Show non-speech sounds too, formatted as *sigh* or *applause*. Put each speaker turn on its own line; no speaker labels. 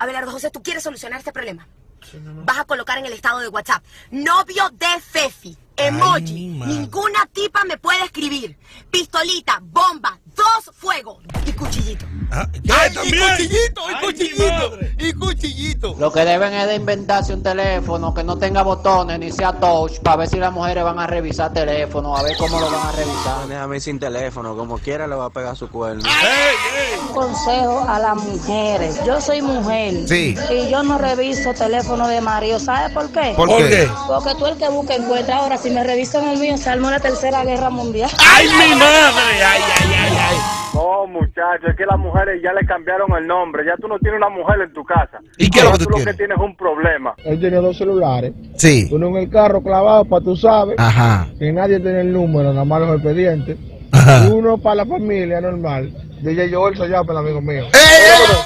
Abelardo José, tú quieres solucionar este problema.
Sí, mi amor.
Vas a colocar en el estado de WhatsApp, novio de Fefi, emoji,
mi madre.
ninguna tipa me puede escribir, pistolita, bomba, dos fuegos y cuchillito.
Ah, ¿qué
¡Ay, y
también?
cuchillito!
Ay,
¡Y
mi
cuchillito!
madre.
¡Y cuchillito!
Lo que deben es de inventarse un teléfono que no tenga botones ni sea touch para ver si las mujeres van a revisar teléfono, a ver cómo lo van a revisar.
Déjame ir sin teléfono, como quiera le va a pegar su cuerno.
¡Ey, ey!
consejo a las mujeres. Yo soy mujer
Sí.
y yo no reviso teléfono de marido. ¿Sabes por qué?
¿Por,
¿Por
qué?
qué?
Porque tú el que busca encuentra. Ahora, si me revisan el mío, se armó la tercera guerra mundial.
¡Ay, mi madre! ¡Ay, ay, ay, ay!
No, muchachos, es que las mujeres ya le cambiaron el nombre. Ya tú no tienes una mujer en tu casa.
¿Y qué es lo
Ahora
que tú
lo
tienes?
que tienes es un problema.
Él tiene dos celulares,
Sí.
uno en el carro clavado para tú sabes *laughs*
Ajá.
que nadie tiene el número, nada más los expedientes,
Ajá.
uno para la familia normal, DJ Joel Soyapa, el amigo mío.
¡Ey, ey!